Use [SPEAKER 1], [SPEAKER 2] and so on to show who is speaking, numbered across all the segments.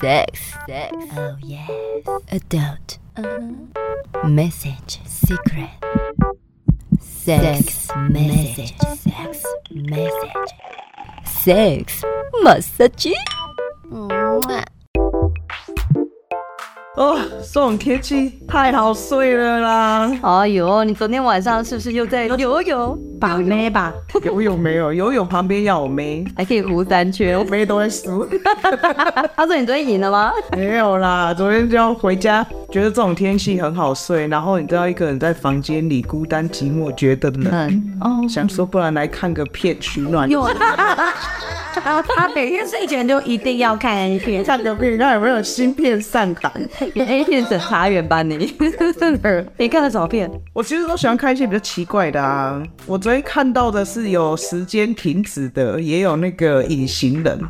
[SPEAKER 1] Sex, sex, oh yes. Adult, message, secret. Sex, message, sex, message. Sex, massage.
[SPEAKER 2] 哦，这种天气太好睡了啦。
[SPEAKER 1] 哎呦，你昨天晚上是不是又在游泳？
[SPEAKER 2] 把妹吧，游泳没有？游泳旁边要有妹，
[SPEAKER 1] 还可以胡三圈。
[SPEAKER 2] 妹都会输。
[SPEAKER 1] 他说你昨天赢了 吗？
[SPEAKER 2] 没有啦，昨天就要回家，觉得这种天气很好睡，然后你知道一个人在房间里孤单寂寞，觉得冷，
[SPEAKER 1] 嗯，哦，
[SPEAKER 2] 想说不然来看个片取暖。
[SPEAKER 3] 有，他每天睡前都一定要看 A 片，
[SPEAKER 2] 看个片，看有没有新片上档。
[SPEAKER 1] A 片审查员吧你？你看了什么片？
[SPEAKER 2] 我其实都喜欢看一些比较奇怪的啊。我昨天看到的是有时间停止的，也有那个隐形人，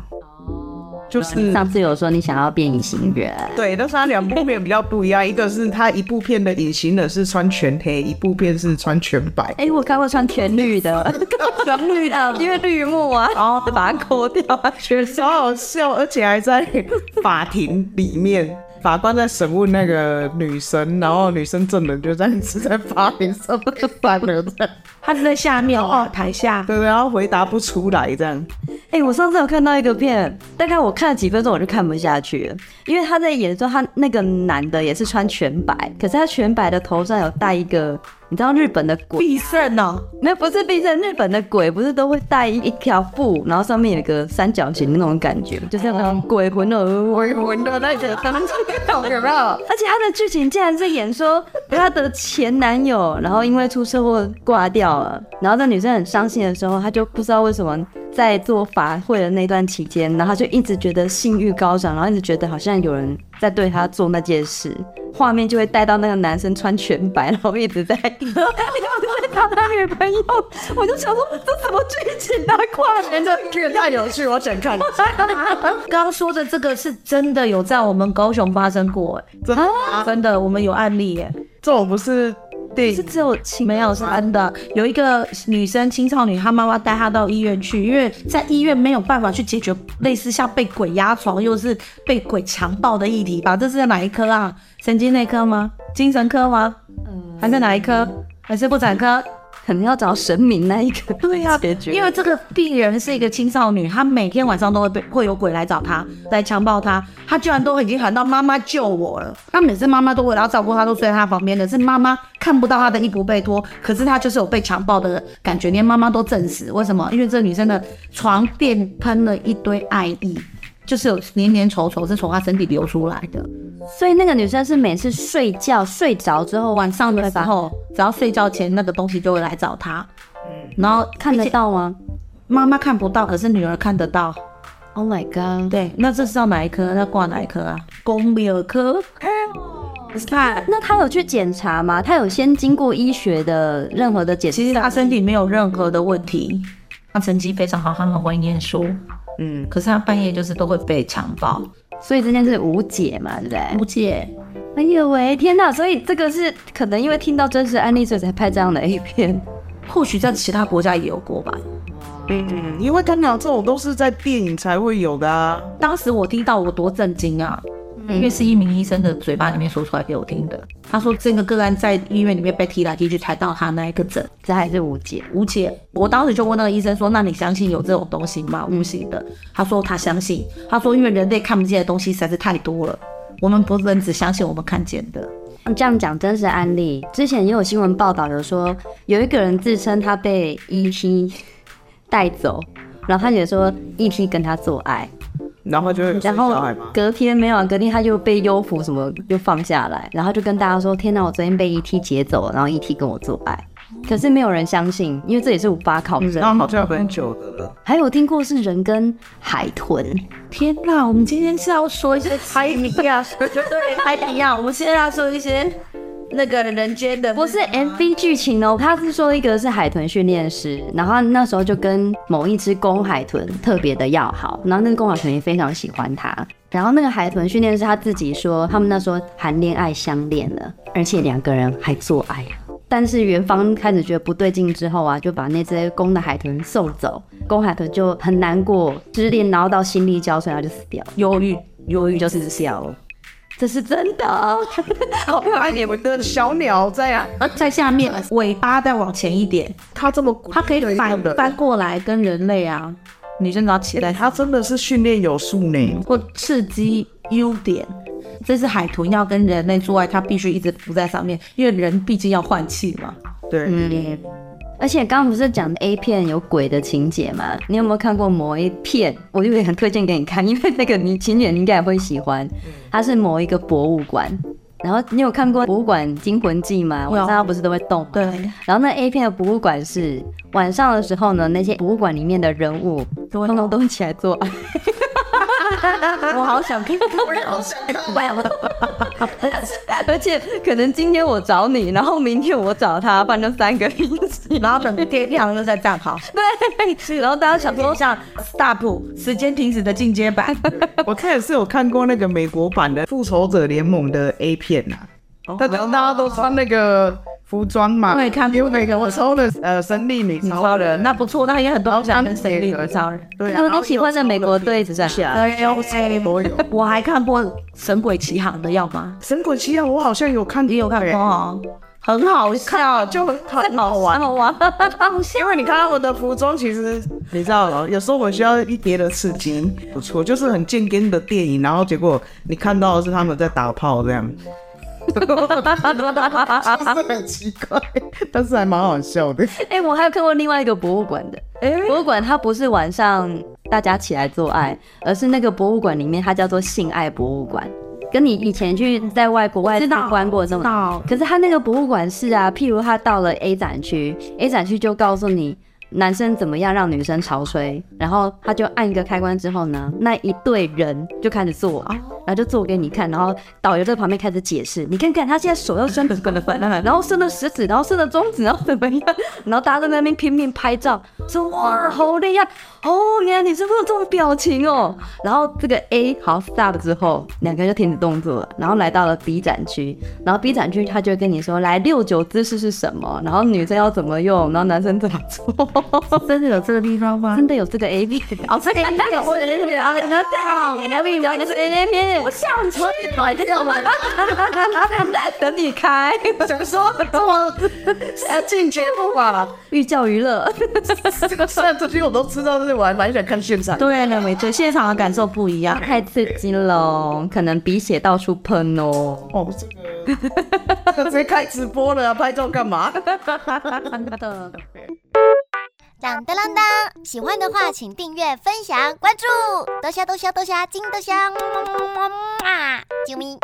[SPEAKER 2] 就是
[SPEAKER 1] 上次有说你想要变隐形人，
[SPEAKER 2] 对，但是它两部片比较不一样，一个是它一部片的隐形人是穿全黑，一部片是穿全白。
[SPEAKER 1] 哎、我看过穿全绿的， 全绿的，因为绿幕啊，然后 把它抠掉啊，全
[SPEAKER 2] 超好笑，而且还在法庭里面，法官在审问那个女生，然后女生证人就这样子在法庭上面翻了这样，
[SPEAKER 3] 他就在下面哦，台下。
[SPEAKER 2] 对，然后回答不出来这样。
[SPEAKER 1] 哎、我上次有看到一个片，大概我看了几分钟我就看不下去了，因为他在演的时候，他那个男的也是穿全白，可是他全白的头上有戴一个，你知道日本的鬼，
[SPEAKER 3] 必胜哦，
[SPEAKER 1] 那不是变成日本的鬼，不是都会戴一一条布，然后上面有一个三角形的那种感觉，就是那种鬼魂的鬼魂的那个三角形，有没有？而且他的剧情竟然是演说他的前男友，然后因为出车祸挂掉了，然后那女生很伤心的时候，她就不知道为什么在做法会的那段期间，然后她就一直觉得性欲高涨，然后一直觉得好像有人在对她做那件事，画面就会带到那个男生穿全白，然后一直在一直在打他女朋友，我就想说这什么剧情啊，跨年的
[SPEAKER 3] 这个太有趣，我想看。刚刚说的这个是真的有在我们高雄发生过，哎
[SPEAKER 2] 真的吗
[SPEAKER 3] 真的，我们有案例耶，
[SPEAKER 2] 这种不是电
[SPEAKER 1] 是
[SPEAKER 2] 影，
[SPEAKER 1] 只有情
[SPEAKER 3] 没有是真的。有一个女生青少年，她妈妈带她到医院去，因为在医院没有办法去解决类似像被鬼压床又是被鬼强暴的议题吧？这是在哪一科啊？神经内科吗？精神科吗？还是哪一科？还是妇产科？
[SPEAKER 1] 可能要找神明那一个对呀、结局，
[SPEAKER 3] 因为这个病人是一个青少女，她每天晚上都会被会有鬼来找她，来强暴她。她居然都已经喊到妈妈救我了。那每次妈妈都为了要照顾她，都睡在她旁边的，是妈妈看不到她的衣服被脱，可是她就是有被强暴的感觉，连妈妈都证实。为什么？因为这女生的床垫喷了一堆爱意。就是有黏黏稠稠，是从她身体流出来的。
[SPEAKER 1] 所以那个女生是每次睡觉睡着之后晚
[SPEAKER 3] 晚上的
[SPEAKER 1] 对
[SPEAKER 3] 时
[SPEAKER 1] 吧
[SPEAKER 3] 候，只要睡觉前，那个东西就会来找她。然后
[SPEAKER 1] 看得到吗
[SPEAKER 3] 妈妈看不到，可是女儿看得到。
[SPEAKER 1] ？Oh my god！
[SPEAKER 3] 对，那这是要哪一科？那挂哪一科啊？公庙科。看，
[SPEAKER 1] 那她有去检查吗？她有先经过医学的任何的检查？
[SPEAKER 3] 其实他身体没有任何的问题，他成绩非常好，他很会念书。
[SPEAKER 2] 嗯，
[SPEAKER 3] 可是他半夜就是都会被强暴。
[SPEAKER 1] 所以这件事无解嘛，对不对？
[SPEAKER 3] 吴姐，
[SPEAKER 1] 哎呦喂，天哪！所以这个是可能因为听到真实案例，所以才拍这样的 A 片。
[SPEAKER 3] 或许在其他国家也有过吧。
[SPEAKER 2] 嗯，因为刚刚这种都是在电影才会有的啊。
[SPEAKER 3] 当时我听到我多震惊啊！因为是一名医生的嘴巴里面说出来给我听的。他说这个个案在医院里面被踢来踢去，才到他那一个诊。
[SPEAKER 1] 这还是无解。
[SPEAKER 3] 无解。我当时就问那个医生说：“那你相信有这种东西吗？无形的？”他说他相信。他说因为人类看不见的东西实在是太多了，我们不能只相信我们看见的。
[SPEAKER 1] 这样讲真实案例，之前也有新闻报道，有说有一个人自称他被 ET 带走，然后他也说 ET 跟他做爱，
[SPEAKER 2] 然后就会有
[SPEAKER 1] 嗯然
[SPEAKER 2] 生
[SPEAKER 1] 后
[SPEAKER 2] 小孩吗？
[SPEAKER 1] 隔天没有啊，隔天他就被优抚什么就放下来，然后就跟大家说：“天哪，我昨天被 ET 劫走了，然后 ET 跟我做爱。”可是没有人相信，因为这也是无法考证。
[SPEAKER 2] 嗯然后好像很久的了。
[SPEAKER 1] 还有听过是人跟海豚，
[SPEAKER 3] 天哪！我们今天是要说一些猜谜啊，对，猜谜啊。我们现在要说一些那个人间的，
[SPEAKER 1] 不是 MV 剧情哦，他是说一个是海豚训练师，然后那时候就跟某一只公海豚特别的要好，然后那个公海豚也非常喜欢他。然后那个海豚训练师他自己说，他们那时候谈恋爱相恋了，而且两个人还做爱。但是元芳开始觉得不对劲之后啊，就把那只公的海豚送走，公海豚就很难过，失恋，然后到心力交瘁，然后就死掉了。
[SPEAKER 3] 忧郁，忧郁就是笑了。
[SPEAKER 1] 这是真的哦，
[SPEAKER 2] 好可爱，你们的小鸟在啊，
[SPEAKER 3] 在下面尾巴再往前一点，
[SPEAKER 2] 它这么古
[SPEAKER 3] 它可以
[SPEAKER 2] 反
[SPEAKER 3] 反翻过来跟人类啊，女生只要期待它
[SPEAKER 2] 哎它真的是训练有素呢。
[SPEAKER 3] 或刺激优点。这是海豚要跟人类做爱，它必须一直浮在上面，因为人毕竟要换气嘛。
[SPEAKER 2] 对，
[SPEAKER 1] 嗯。而且刚刚不是讲 A 片有鬼的情节吗？你有没有看过某一片？我就也很推荐给你看，因为那个你情节你应该也会喜欢。它是某一个博物馆，然后你有看过博物馆《惊魂记》吗？晚上它不是都会动吗？
[SPEAKER 3] 对，
[SPEAKER 1] 然后那 A 片的博物馆是晚上的时候呢，那些博物馆里面的人物通通都起来做爱。
[SPEAKER 3] 我好想看，
[SPEAKER 1] 而且可能今天我找你，然后明天我找他，反正三个一起。
[SPEAKER 3] 然后等天亮了再站好。
[SPEAKER 1] 对，然后大家想说，
[SPEAKER 3] 像 stop 时间停止的进阶版，
[SPEAKER 2] 我看也是有看过那个美国版的《复仇者联盟》的 A 片呐、啊，但大家都穿那个服装嘛，
[SPEAKER 3] 我也看过
[SPEAKER 2] 因为每个我抽的呃神力女超人，
[SPEAKER 3] 那不错，那也很多
[SPEAKER 1] 嗯
[SPEAKER 3] 想跟谁立合照。
[SPEAKER 2] 对啊，
[SPEAKER 1] 他们都喜欢的美国队只剩下。
[SPEAKER 3] 哎呦喂，
[SPEAKER 2] 都有。
[SPEAKER 3] 我还看过《神鬼奇航》的，要吗？
[SPEAKER 2] 神鬼奇航我好像有看，
[SPEAKER 3] 你有看过哦，很好笑，
[SPEAKER 2] 就很很好玩，
[SPEAKER 1] 他们玩，
[SPEAKER 2] 因为你看我的服装，其实你知道了，有时候我需要一别的刺激，不错，就是很健根的电影，然后结果你看到的是他们在打炮这样，就是很奇怪，但是还蛮好笑的。
[SPEAKER 1] 哎、我还有看过另外一个博物馆的，
[SPEAKER 2] 哎、
[SPEAKER 1] 博物馆它不是晚上大家起来做爱，而是那个博物馆里面它叫做性爱博物馆。跟你以前去在外国外
[SPEAKER 3] 知道
[SPEAKER 1] 参观过这种，
[SPEAKER 3] 知道
[SPEAKER 1] 可是它那个博物馆是啊，譬如它到了 A 展区，A 展区就告诉你男生怎么样让女生潮吹，然后他就按一个开关之后呢，那一队人就开始做，
[SPEAKER 3] 哦
[SPEAKER 1] 然后就做给你看，然后导游在旁边开始解释，你看看他现在手要伸 得然后伸了食指，然后伸了中指，然后怎么样，然后大家都在那边拼命拍照，说哇好厉害，哦原来你是会有这种表情哦，然后这个 A 好 stop 之后，两个人就停止动作了，然后来到了 B 展区，然后 B 展区他就会跟你说来六九姿势是什么，然后女生要怎么用，然后男生怎么做。
[SPEAKER 3] 真的有这个地方吗？
[SPEAKER 1] 真的有这个 A B，哦，这个 A B 我也是啊，那到 A B 聊的是 A B，我上车买这个嘛， 等你开，
[SPEAKER 2] 想说等 我进节目吧，
[SPEAKER 1] 寓教于乐，
[SPEAKER 2] 虽然这些我都知道，但是我还蛮想看现场。
[SPEAKER 3] 对了，没错，现场的感受不一样。
[SPEAKER 1] 太刺激了，可能鼻血到处喷哦。
[SPEAKER 2] 哦，这个这个直接开直播了，啊拍照干嘛？
[SPEAKER 4] 当当当当！喜欢的话，请订阅、分享、关注，多虾多虾多虾，金多虾，么么么么么啊！啾咪。